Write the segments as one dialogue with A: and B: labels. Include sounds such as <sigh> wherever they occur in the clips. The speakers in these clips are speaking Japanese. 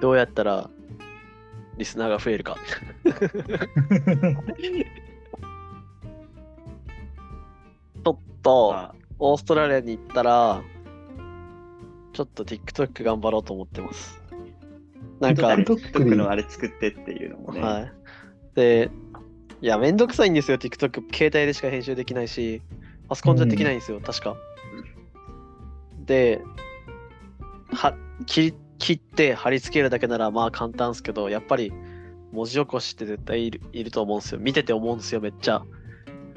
A: どうやったらリスナーが増えるか。ちょっと、
B: あ
A: オーストラリアに行ったら、ちょっと TikTok 頑張ろうと思ってます。なんか、
C: TikTok
B: 僕のあれ作ってっていうのもね。
A: はい。で、いや、めんどくさいんですよ、TikTok。携帯でしか編集できないし、パソコンじゃできないんですよ、確か。で、は切切って貼り付けるだけならまあ簡単ですけど、やっぱり文字起こしって絶対いるいると思うんですよ。見てて思うんですよ、めっちゃ。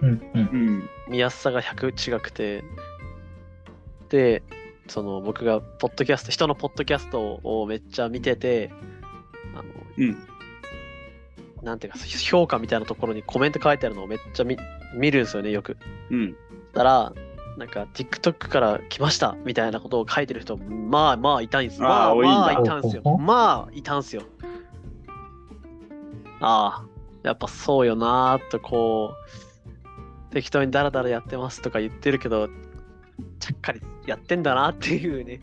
C: うんうん
B: うん。
A: 見やすさが100違くてでその僕がポッドキャスト人のポッドキャストをめっちゃ見ててあの
B: うん。
A: なんていうか評価みたいなところにコメント書いてあるのをめっちゃ見見るんですよねよく
B: うん。
A: たらなんか TikTok から来ましたみたいなことを書いてる人まあまあいたんです
B: あー
A: まあ
B: 多いんだ
A: まあいたんですよ
C: ほほほ
A: まあいたんすよああやっぱそうよなーとこう適当にダラダラやってますとか言ってるけどちゃっかりやってんだなっていうね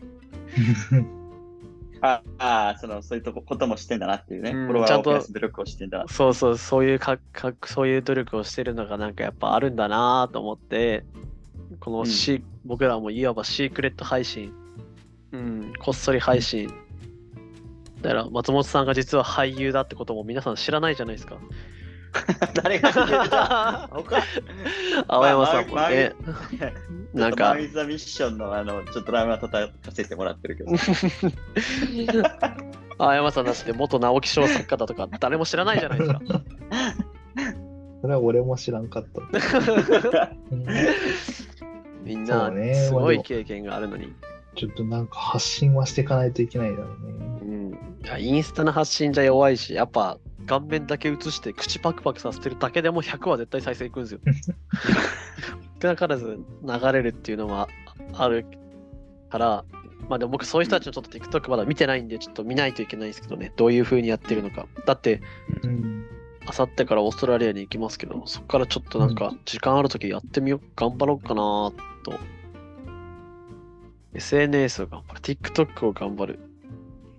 B: ああ、その、そういうとここともしてんだなっていうね。
A: うん
B: フォロワ
A: ち
B: ー
A: ゃ
B: を
A: ん
B: 増
A: と
B: やす努力をしてんだな。
A: そうそうそういうかかそういう努力をしてるのがなんかやっぱあるんだなーと思ってこのシー、僕らもいわばシークレット配信、うん、こっそり配信だから松本さんが実は俳優だってことも皆さん知らないじゃないですか
B: <laughs> 誰が決めた他
A: 青山さんも
B: まあ
A: ね <laughs> な
B: な
A: んん
B: か、マ
A: か
B: ミザミッションのあの、ちょっとドラマ叩かせてもらってる <laughs> けど。
A: <laughs> 青山さんなしで元直木賞作家だとか誰も知らないじゃないですか
C: それは俺も知らんかった。うん
A: みん
C: そ
A: な
C: うね
A: すごい経験があるのに
C: ちょっとなんか発信はしていかないといけないだろうね。
A: うん、いやインスタの発信じゃ弱いし、やっぱ顔面だけ映して口パクパクさせてるだけでも100は絶対再生いくんですよ。少なからず流れるっていうのはああるから、まあでも僕そういう人たちのちょっと TikTok まだ見てないんで、ちょっと見ないといけないんですけどね、どういう風にやってるのか。だって、
C: うん。
A: あさってからオーストラリアに行きますけど、そこからちょっとなんか時間ある時やってみよう、頑張ろうかなと。SNS を頑張る、TikTok を頑張る。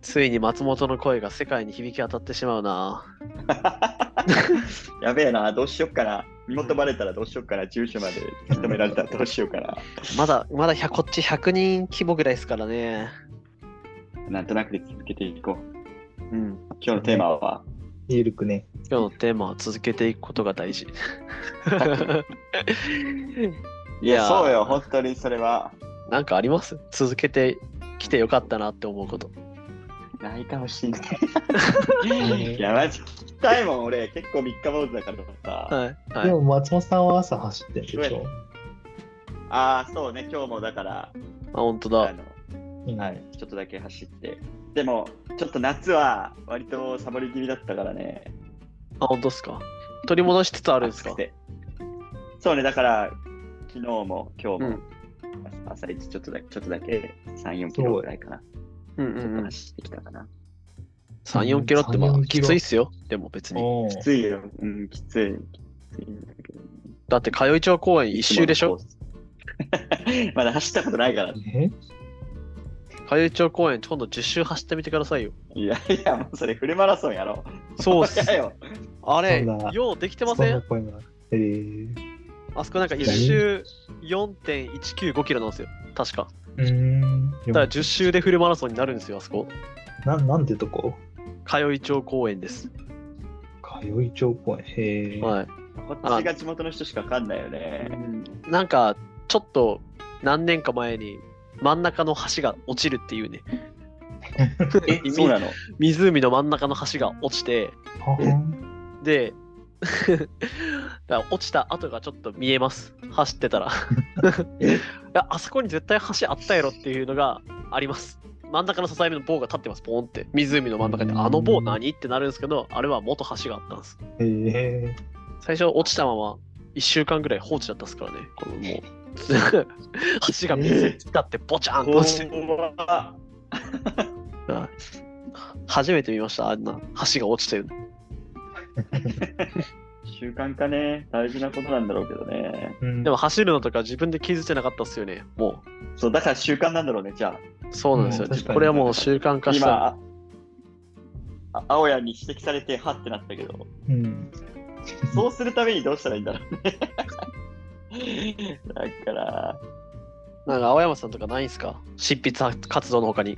A: ついに松本の声が世界に響き渡ってしまうな
B: やべえな、どうしよっかな。身元バレたらどうしよっかな。住所まで突き止められたらどうしようかな。
A: まだ、まだ100こっち100人規模ぐらいですからね。
B: なんとなくで続けていこ
A: う
B: う。
A: ん。
B: 今日のテーマは、
C: ゆるくね。
A: 今日のテーマは続けていくことが大事。 <laughs>
B: いや、
A: いや
B: そうよ、本当にそれは。
A: なんかあります続けてきてよかったなって思うこと。
B: ないかもしんない。
C: ね
B: <laughs> いや、マジ聞きたいもん、俺。結構三日坊主だからさ。
A: はい。は
C: で
A: い、
C: も松本さんは朝走ってるでしょ。
B: ああ、そうね、今日もだから、
A: あ、本当
B: あ
A: だ。
B: の、
C: うん
B: はい、ちょっとだけ走って。でも、ちょっと夏は割とサボり気味だったからね。
A: あ、本当ですか。取り戻しつつあるんですか
B: 暑くてそうね、だから、昨日も今日も、
A: うん
B: 朝一ちょっとだけ、ちょっとだけ、3、4キロぐらいかな。
A: うんう
B: ちょっ
A: んう
B: と
A: ん。
B: 走ってきたかな。
A: 3、4キロってま
C: 3 4
A: あ
C: キ
A: き
C: ロ
A: ついっすよ。でも別に。
C: おー
B: きついよ、うん、きつい。きついんだけど
A: だって、通い町公園一周でしょ
B: いつものコース <laughs> まだ走ったことないから。
C: え
A: 通い町公園今度10周走ってみてくださいよ。
B: いやいや、もうそれフルマラソンやろ。
A: そうっす
B: や。よ。
A: あれ
C: そうだ、
A: ようできてま
C: そん
A: せ
C: なん声が。えー、
A: あそこなんか一周4.195キロなんですよ。確か。
C: うーん。
A: だから10周でフルマラソンになるんですよ、あそこ。
C: ななんてとこ
A: 通い町公園です。
C: 通い町公園。へえ。
A: はい。
B: こっちが地元の人しかわかんないよね。
A: なんか、ちょっと何年か前に真ん中の橋が落ちるっていう
C: <laughs>
A: ね。
B: え、そうなの
A: 湖の真ん中の橋が落ちて、
C: ははん
A: で、 <laughs> だから落ちた跡がちょっと見えます。走ってたら。 <laughs> いやあそこに絶対橋あったやろっていうのがあります。真ん中の支え目の棒が立ってます、ポーンって。湖の真ん中に。
C: うん
A: あの棒何ってなるんですけど、あれは元橋があったんです。
C: へえ。
A: 最初落ちたまま1週間ぐらい放置だったですからね。このもう
C: <laughs>
A: 橋が水に浸かってボチャンと落ちて。
B: 怖
A: はい初めて見ました、あんな橋が落ちてるの。
B: 習慣化ね、大事なことなんだろうけどね。
C: うん
A: でも走るのとか自分で気づいてなかったっすよね、もう。
B: そう、だから習慣なんだろうね、じゃ
A: そうなんですよ
C: うん確か。に
A: これはもう習慣
B: あ。
A: 化した。
B: 今、あ青谷に指摘されて、はってなったけど、
C: うん。
B: そうするためにどうしたらいいんだろうね。 <laughs> だから、
A: なんか青山さんとかないんすか執筆活動の他に。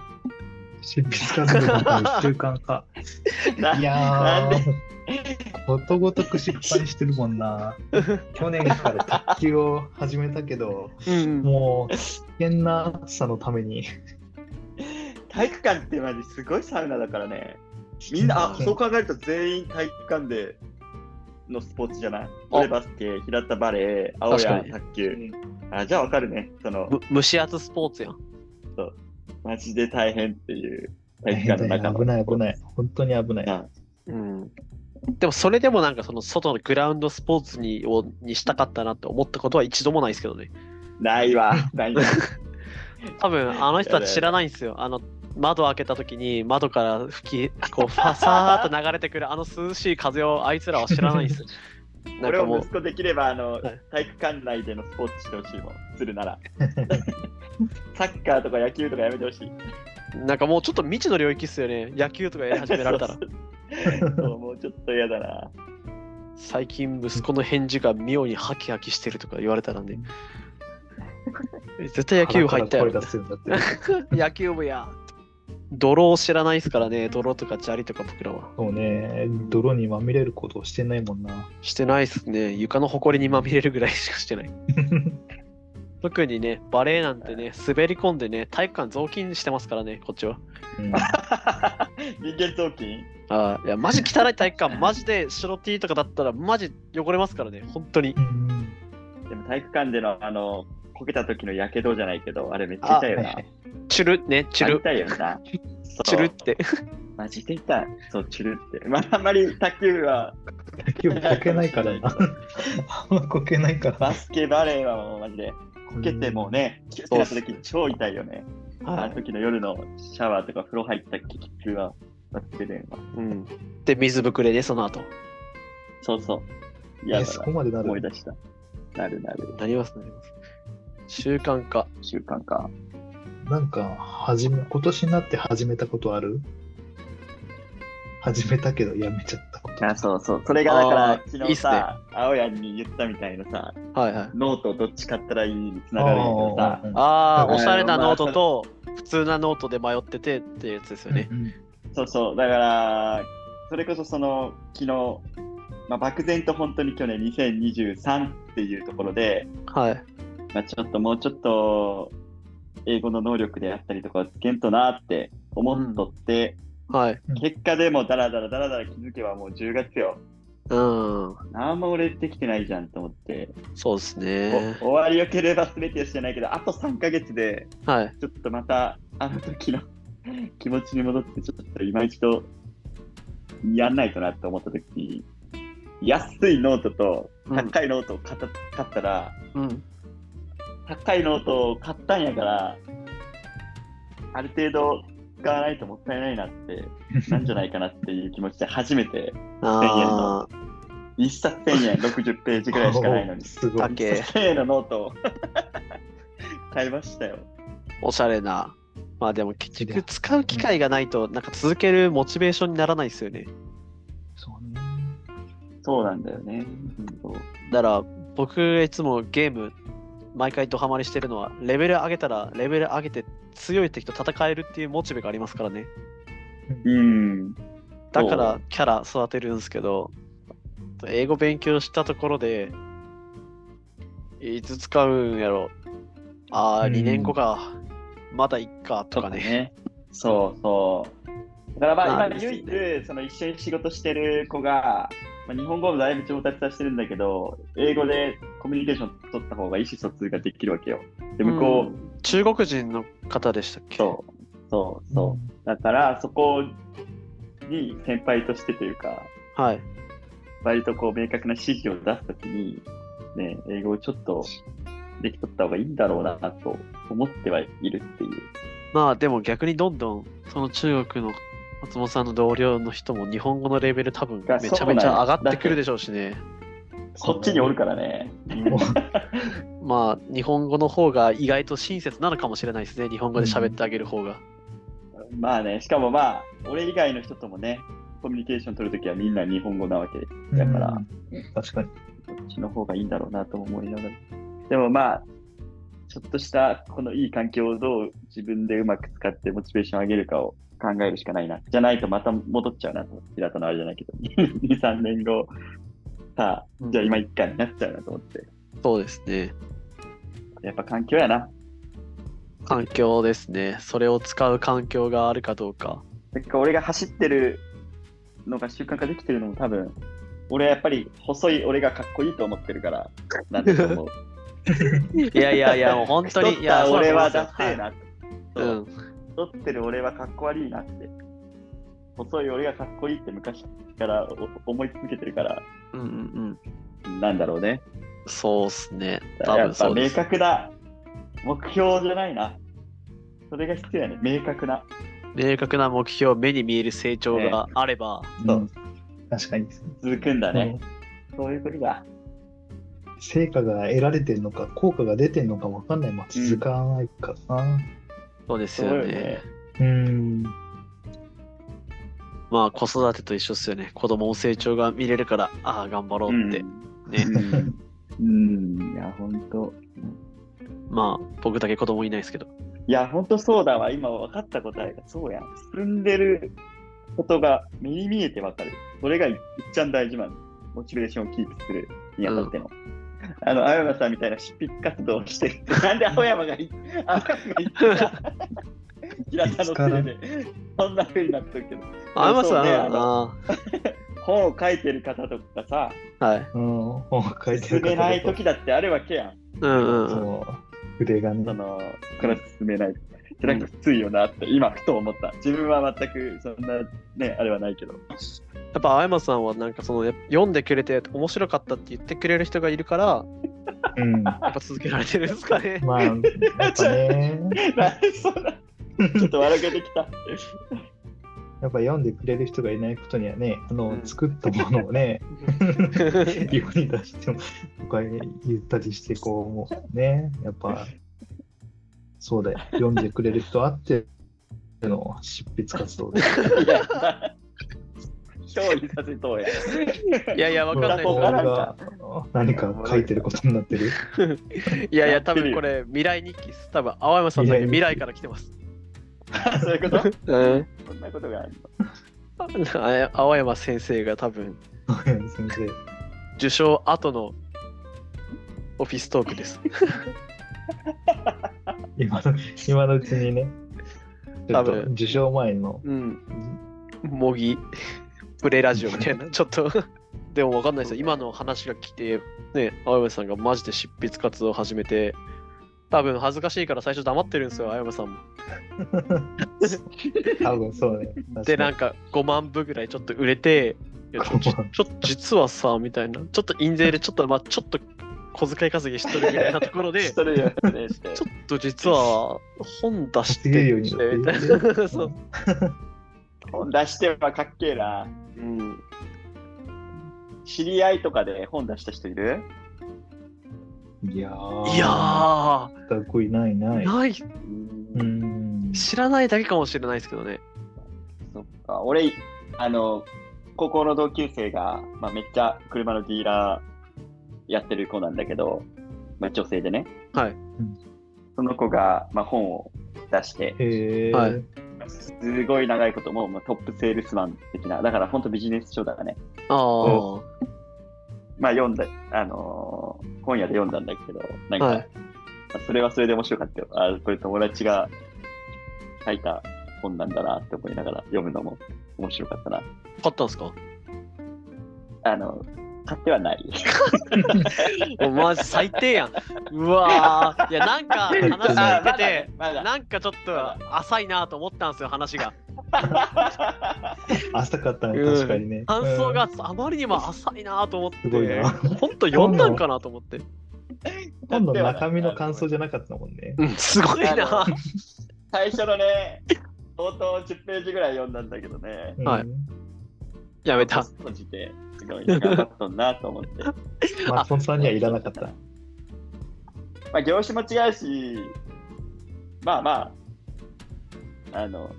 C: 執筆活動が1週間か。
B: ない
C: やー、ことごとく失敗してるもんな。去年から卓球を始めたけど、
A: うん。
C: もう危険な暑さのために。
B: 体育館ってマジすごいサウナだからね。みんな、あそう考えると全員体育館でのスポーツじゃない俺バスケ、平田バレー、青
A: 確
B: 谷、
A: か
B: 卓球。あじゃあわかるね。その、
A: む蒸し暑スポーツやん。
B: マジで大変っていう
C: 大
B: 体育
C: 変
B: 館の
C: だ
B: 中
C: よ
B: の
C: 危ない危ない。本当に危ない。
B: な
A: うん。でもそれでもなんかその外のグラウンドスポーツにをにしたかったなって思ったことは一度もないですけどね。
B: ない
A: <laughs>
B: わ。ないわ。
A: 多分あの人は知らないんですよ。あの窓開けた時に窓から吹き、こうファサーっと流れてくるあの涼しい風をあいつらは知らないん <laughs> ですよ。なん
B: 俺
A: か
B: も
A: も
B: 息子できればあの
A: はい
B: 体育館内でのスポーツしてほしいもん。する
A: <laughs>
B: なら。サッカーとか野球とかやめてほしい。。
A: う、なんかもうちょっと未知の領域っすよね。野球とかやり始められたら <laughs>
B: そうもうちょっと嫌だな。
A: 最近息子の返事が妙にハキハキしてるとか言われたらね。絶対野球部入ったよ
C: 腹。から声出すんだって。
A: 野球部や。泥を知らないですからね、泥とか砂利とか僕らは。
C: そうね、泥にまみれることをしてないもんな。
A: してないっすね。床の埃にまみれるぐらいしかしてない。特にね、バレエなんてね、滑り込んでね、体育館雑巾してますからね、こっちは。
C: うん
B: 人間雑巾
A: あーいや、マジ汚い体育館、マジで白 T とかだったら、マジ汚れますからね、本当に
C: う。ん
B: でも体育館でのあの、こけた時のやけどじゃないけど、あれめっちゃ痛いよな。
A: チュル、ね、チュ
B: あれ
A: ル、
B: 痛いよな。そ
A: <laughs>
B: う
A: チュルって。
B: マジで痛い。そう、チュルって。 <laughs> まあ、あんまり卓球部は、
C: 今日こけないからな。あ
B: <laughs>
C: んまこけないから。
B: バスケ、バレーはもうマジで、こけてもね、キュッてなった時超痛いよね。あ
A: は
B: の
A: い
B: 時の夜のシャワーとか風呂入った結局は、バスケで、
A: うん、で、水ぶくれで、その後。
B: そうそう。いや
C: え、
B: だ
C: そ
B: な
C: こまでな
B: 思い
C: る。
B: 出した。なるなる。
A: なります、なります。習慣化。
B: 習慣か。
C: なんか、始め、今年になって始めたことある始めたけどやめちゃったこと。
B: あそうそう。それがだから
A: あ、ー
B: 昨日さ、青谷に言ったみたいなさ、
A: はいはい。
B: ノートどっち買ったらいいにつながるんだけどさ、
C: あ
A: ああ、
C: はい
A: おしゃれなノートと普通なノートで迷っててってやつですよね。
C: うんうん
B: そうそう、だから、それこそその、昨日、まあ、漠然と本当に去年2023っていうところで、
A: はい。
B: まあ、ちょっともうちょっと、英語の能力であったりとかをつけんとなって思っとって、
A: はい。
C: うん
B: 結果でもダラダラダラダラ気づけばもう10月よ。
A: うん。
B: なんも俺できてないじゃんと思って、
A: そうです
B: お
A: ね。
B: 終わりよければ全てよしじゃないけど、あと3ヶ月で、
A: はい。
B: ちょっとまたあの時の <laughs> 気持ちに戻って、ちょっと今一度やんないとなって思った時に、安いノートと
A: うん。
B: 高いノートを買った,、買ったら、
A: うん、
B: 高いノートを買ったんやから、ある程度使わないともったいないなって、なんじゃないかなっていう気持ちで初めて、
A: あ
B: 1冊1000円、60ページぐらいしかないのに、
C: すご
A: あ、
C: い。
A: け
B: 1000円のノートを <laughs> 買いましたよ。
A: おしゃれな。まあでも結局使う機会がないと、なんか続けるモチベーションにならないですよね。
C: そうね。
B: そうなんだよね。そう
A: だから僕がいつもゲーム、毎回ドハマりしてるのは、レベル上げたらレベル上げて強い敵と戦えるっていうモチベがありますからね。
B: うん
A: だからキャラ育てるんですけど、英語勉強したところで、いつ使うんやろ。ああ、
C: うん
A: 2年後か。まだいっかとかね。
B: そうそう。だからま
A: まあ
B: あ今
A: です
B: 唯
A: よ
B: 一
A: ね
B: その一緒に仕事してる子が、まあ、日本語もだいぶ上達させてるんだけど、英語でコミュニケーション取った方が意思疎通ができるわけよ。で向こ
A: う
B: う、
A: ん中国人の方でしたっけ
B: そうそうそう。だからそこに先輩としてというか、
A: はい。
B: 割とこう明確な指示を出すときに、ね、英語をちょっとできとった方がいいんだろうなと思ってはいるっていう。
A: まあでも逆にどんどん、その中国の松本さんの同僚の人も日本語のレベル多分
B: いや
A: めちゃめち
B: そう
A: ゃ
B: な
A: 上
B: んや
A: がってくるでしょうしね。
B: こっちにおるからね。
A: まあ日本語の方が意外と親切なのかもしれないですね。日本語で喋ってあげる方が。
B: まあね、しかもまあ、俺以外の人ともね、コミュニケーション取るときはみんな日本語なわけで、
C: だ
B: だ
C: か
B: からら、
C: 確かに。
B: そっちの方がいいんだろうなとも思いながら。でもまあ、ちょっとしたこのいい環境をどう自分でうまく使ってモチベーション上げるかを考えるしかないな。じゃないとまた戻っちゃうなと。平田のあれじゃないけど、2、3年 <laughs> 後、さあ、じゃあ今一回になっちゃうなと思って。
A: そうですね。
B: やっぱ環境やな。
A: 環境ですね。それを使う環境があるかどうか。
B: なんか俺が走ってるのが習慣化できてるのも多分、俺はやっぱり細い俺がかっこいいと思ってるから、なんだと思う。
A: いやいやい
B: <laughs>
A: や、もう本当に。
B: 太
A: い
B: っ
A: や、
B: た俺は
A: そう
B: ダ
A: だと
B: セ
A: 思い
B: え
A: ま
B: な。
A: すよ。はいうん。
B: 太ってる俺はかっこ悪いなって。細い俺がかっこいいって昔からお思い続けてるから、
A: うんうんうん。
B: なんだろうね。
A: そうっすね。
B: だ
A: 多
B: からや
A: 分
B: っぱ
A: そう
B: 明
A: です。
B: 確な目標じゃないな。それが必要やね。明確な。
A: 明確な目標、目に見える成長があれば、
B: そう
C: うん確かに。
B: 続くんだね。
C: うん
B: そういうことだ。
C: 成果が得られてるのか、効果が出てるのか分かんないまま続かないからな。
A: そうです
B: そう
A: よ
B: よ
A: ね。
B: ね。
C: うん。
A: まあ、子育てと一緒っすよね。子供の成長が見れるから、ああ、頑張ろうって。ね
B: うん。うん、いや、ほんと。
A: まあ、僕だけ子供いないですけど。
B: いや、ほんとそうだわ。今分かった答えがそうやん。進んでることが目に見えて分かる。それがいいっちゃん大事なの。モチベーションをキープするにあたっての。あの、青山さんみたいな執筆活動をしてる。 <laughs> なんで青山がい、青山が言った平田のせいで、そんな風になっとるけど。
A: あやま
B: そ
A: さ、
B: うんね
A: あの
B: 本を書いてる方とかさ、
A: はい。
C: うん。本書いて
B: 進
C: る
B: めない
C: 方とか
B: 時だってあるわけやん。
A: うんうんうん。
C: そう。筆が
B: そ
C: ね。
B: の、これは進めない。じゃなくて、きついよなって、今、ふと思った。自分は全く、そんな、ね、あれはないけど。 <laughs>
A: やっぱ、あやまさんは、なんかその、やっぱ読んでくれて、面白かったって言ってくれる人がいるから、
C: うん。ま
A: やっぱ続けられてるんですかね。
C: あ、やっぱね。
B: なんでそんな、ちょっと笑けてきた。
C: やっぱ読んでくれる人がいないことにはね、あの、
A: うん
C: 作ったもの
A: <laughs>
C: をね、世に出しても、とか言ったりして、こう、もうね、やっぱ、そうだよ、読んでくれる人あっての執筆活動で。
B: いや、勝利させとうや。
A: <laughs> いやい <laughs> や、わかんないです
B: そ
A: よ
B: うか
C: 俺が何か書いてることになってる。
A: いやいや、多分これ、未来日記です。多分、青山さんだけ未来から来てます。
B: そういうこと
A: うん。
B: そんなことがあるの。
A: あ青山先生が多分、
C: 先生。
A: 受賞後のオフィストークです。
C: 今の、今のうちにね、ちょっ
A: 多
C: と
A: 分
C: 受賞
A: <laughs>
C: 前の、
A: うん。模擬、プレラジオみた <laughs> いな。ちょっと、でもわかんないですよ。今の話が来て、ね、青山さんがマジで執筆活動を始めて、多分恥ずかしいから最初黙ってるんですよ、青山さんも。
C: 多分そうね。
A: で、なん
C: か、
A: か5万部ぐらいちょっと売れて、いやちょちょちょっと実はさ、みたいな、ちょっと印
C: <laughs>
A: 税でちょっと、まあ、ちょっと小遣い稼ぎしとるぐらいなところ
C: <laughs>
A: で、ちょ
B: それよね、して。
A: っと実は本出して
C: 稼げるよう
A: み
C: に
A: た
C: なって
A: いな。 <laughs> そう。
B: 本出してはかっけえな。
A: うん。
B: 知り合いとかで本出した人いる
C: いやー、
A: いやー、
C: 全くいないない。
A: ない、
C: うん。
A: 知らないだけかもしれないですけどね。
B: そっか。俺、あの、高校の同級生が、まあ、めっちゃ車のディーラーやってる子なんだけど、まあ、女性でね。
A: はい
C: ん
B: その子が、まあ、本を出して、
C: へえ。
A: はい
B: すごい長いこともうもうトップセールスマン的な、だから本当ビジネス書だからね。
A: ああ、
B: まあ読んだ、あのー本屋で読んだんだけど、なんか、
A: はい。
B: それはそれで面白かったよ。あこれ友達が書いた本なんだなって思いながら読むのも面白かったな。
A: 買ったんですか
B: あの、買ってはない。
A: お前最低やん。うわー。いや、なんか話聞いてて、
B: まだね、
A: なんかちょっと浅いなと思ったんですよ、話が。
B: まだ
C: 浅かったね、
A: うん
C: 確かにね。
A: 感想があまりにも浅いなと思って、
C: すごいな
A: ほんと読んだんかなと思って。
C: うん。今度中身の感想じゃなかったもんね。
A: うん、すごいな
B: あ。の <laughs> 最初のね、冒頭10ページぐらい読んだんだけどね。
A: はい
C: うん
A: やめた。
B: 閉じて、すごい頑張っとんなと思って。
C: まあ、そんさんにはいらなかった。
B: まあ、業種も違うし、まあまあ、あの、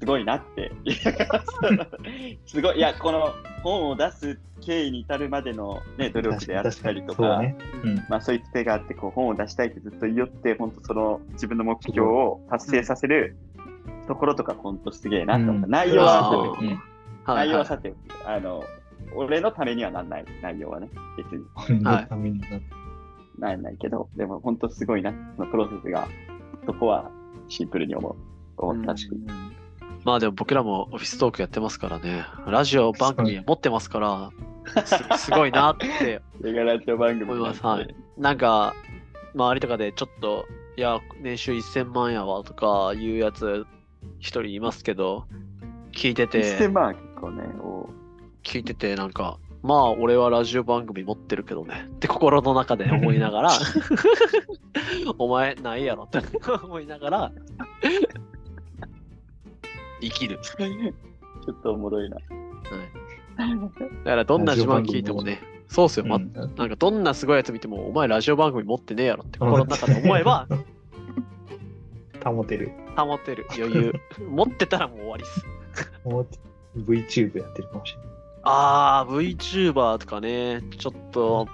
B: すごいなって。 <laughs> いやすごい、いや、この本を出す経緯に至るまでの、ね、努力であったりと
C: 確
B: か、
C: にそうね。うん。
B: まあ、そういう手があってこう本を出したいってずっと言いよって本当その自分の目標を達成させるところとか本当すげえなと思った、
C: うん
B: 内容は
A: う
B: さてお
A: ん
C: う
B: き、
C: ん
A: はい
B: 内容
A: は
B: はいさておき、あの俺のためにはなんない内容はね別に
C: 本人のためになって
B: なんないけどでも本当すごいなそのプロセスがそこはシンプルに思う思ったし、
A: まあでも僕らもオフィストークやってますからね。ラジオ番組持ってますから、 <laughs> すすごいなって
B: それがラジオ番組
A: 思います。
B: なん
A: は
B: で
A: い。なんか、周りとかでちょっと、いや、年収1000万やわとかいうやつ、一人いますけど、聞いて
B: そして
A: て、
B: まあ結構ねお
A: 聞いてて、なんか、まあ俺はラジオ番組持ってるけどねって心の中で思いなが <laughs> ら、お前ないやろって思いながら、生きる。
B: <laughs> ちょっとおもろいな
A: だからどんな自慢聞いてもね、そうっすよ、ま
C: うん
A: なんかどんなすごいやつ見ても、お前ラジオ番組持ってねえやろって心の中で思えば、
C: 保てる。
A: 保てる余裕。持ってたらもう終わりっす。
C: 保て VTube やってるかもしれない。
A: あー、VTuber とかね、ちょっと、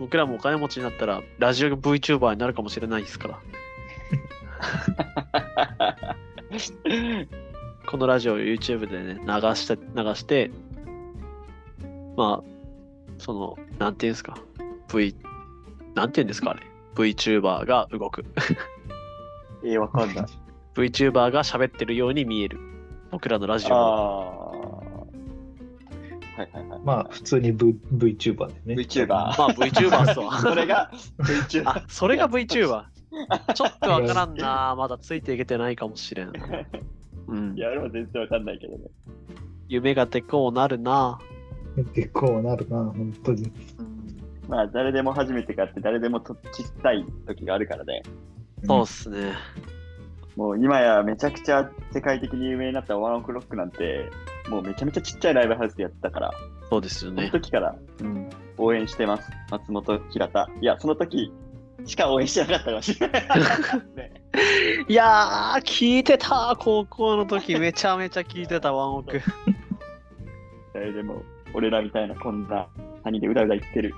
A: 僕らもお金持ちになったら、ラジオ VTuber になるかもしれないですから。このラジオを YouTube でね、流して、流して、まあ、その、なんていうんですか、V、なんていうんですか、あれ。VTuber が動く。
B: <laughs> ええわかんない
A: VTuber が喋ってるように見える。僕らのラジオ
B: あ
A: の。
B: あはいはいはい
C: まあ、普通に、v、VTuber でね。
B: VTuber
A: まあ VTuber っすわ。
B: <laughs> それが VTuber。
A: あ、それが VTuber。ち
B: <laughs>
A: ょっとわからんな。まだついていけてないかもし
B: <laughs>
A: れん。うん
B: い、や、俺も全然わかんないけどね。
A: 夢がでこうなるな。
C: 結構なるな、本当に。
B: まあ、誰でも初めて買って、誰でもとっちたい時があるからね。
A: そうっすね。
B: もう今やめちゃくちゃ世界的に有名になったワンオクロックなんて、もうめちゃめちゃちっちゃいライブハウスでやってたから、
A: そうですよ
B: その
A: ね。
B: 時から
A: うん、
B: 応援してます。松本平田。いや、その時しか応援してなかったかもし
A: <laughs>
B: れない。ね
A: いやー、聞いてた。高校の時めちゃめちゃ聞いてた、ワンオク。
B: 誰でも、俺らみたいなこんな谷でうだうだ言ってる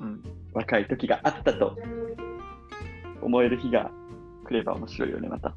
A: うん、
B: 若い時があったと思える日が来れば面白いよね、また。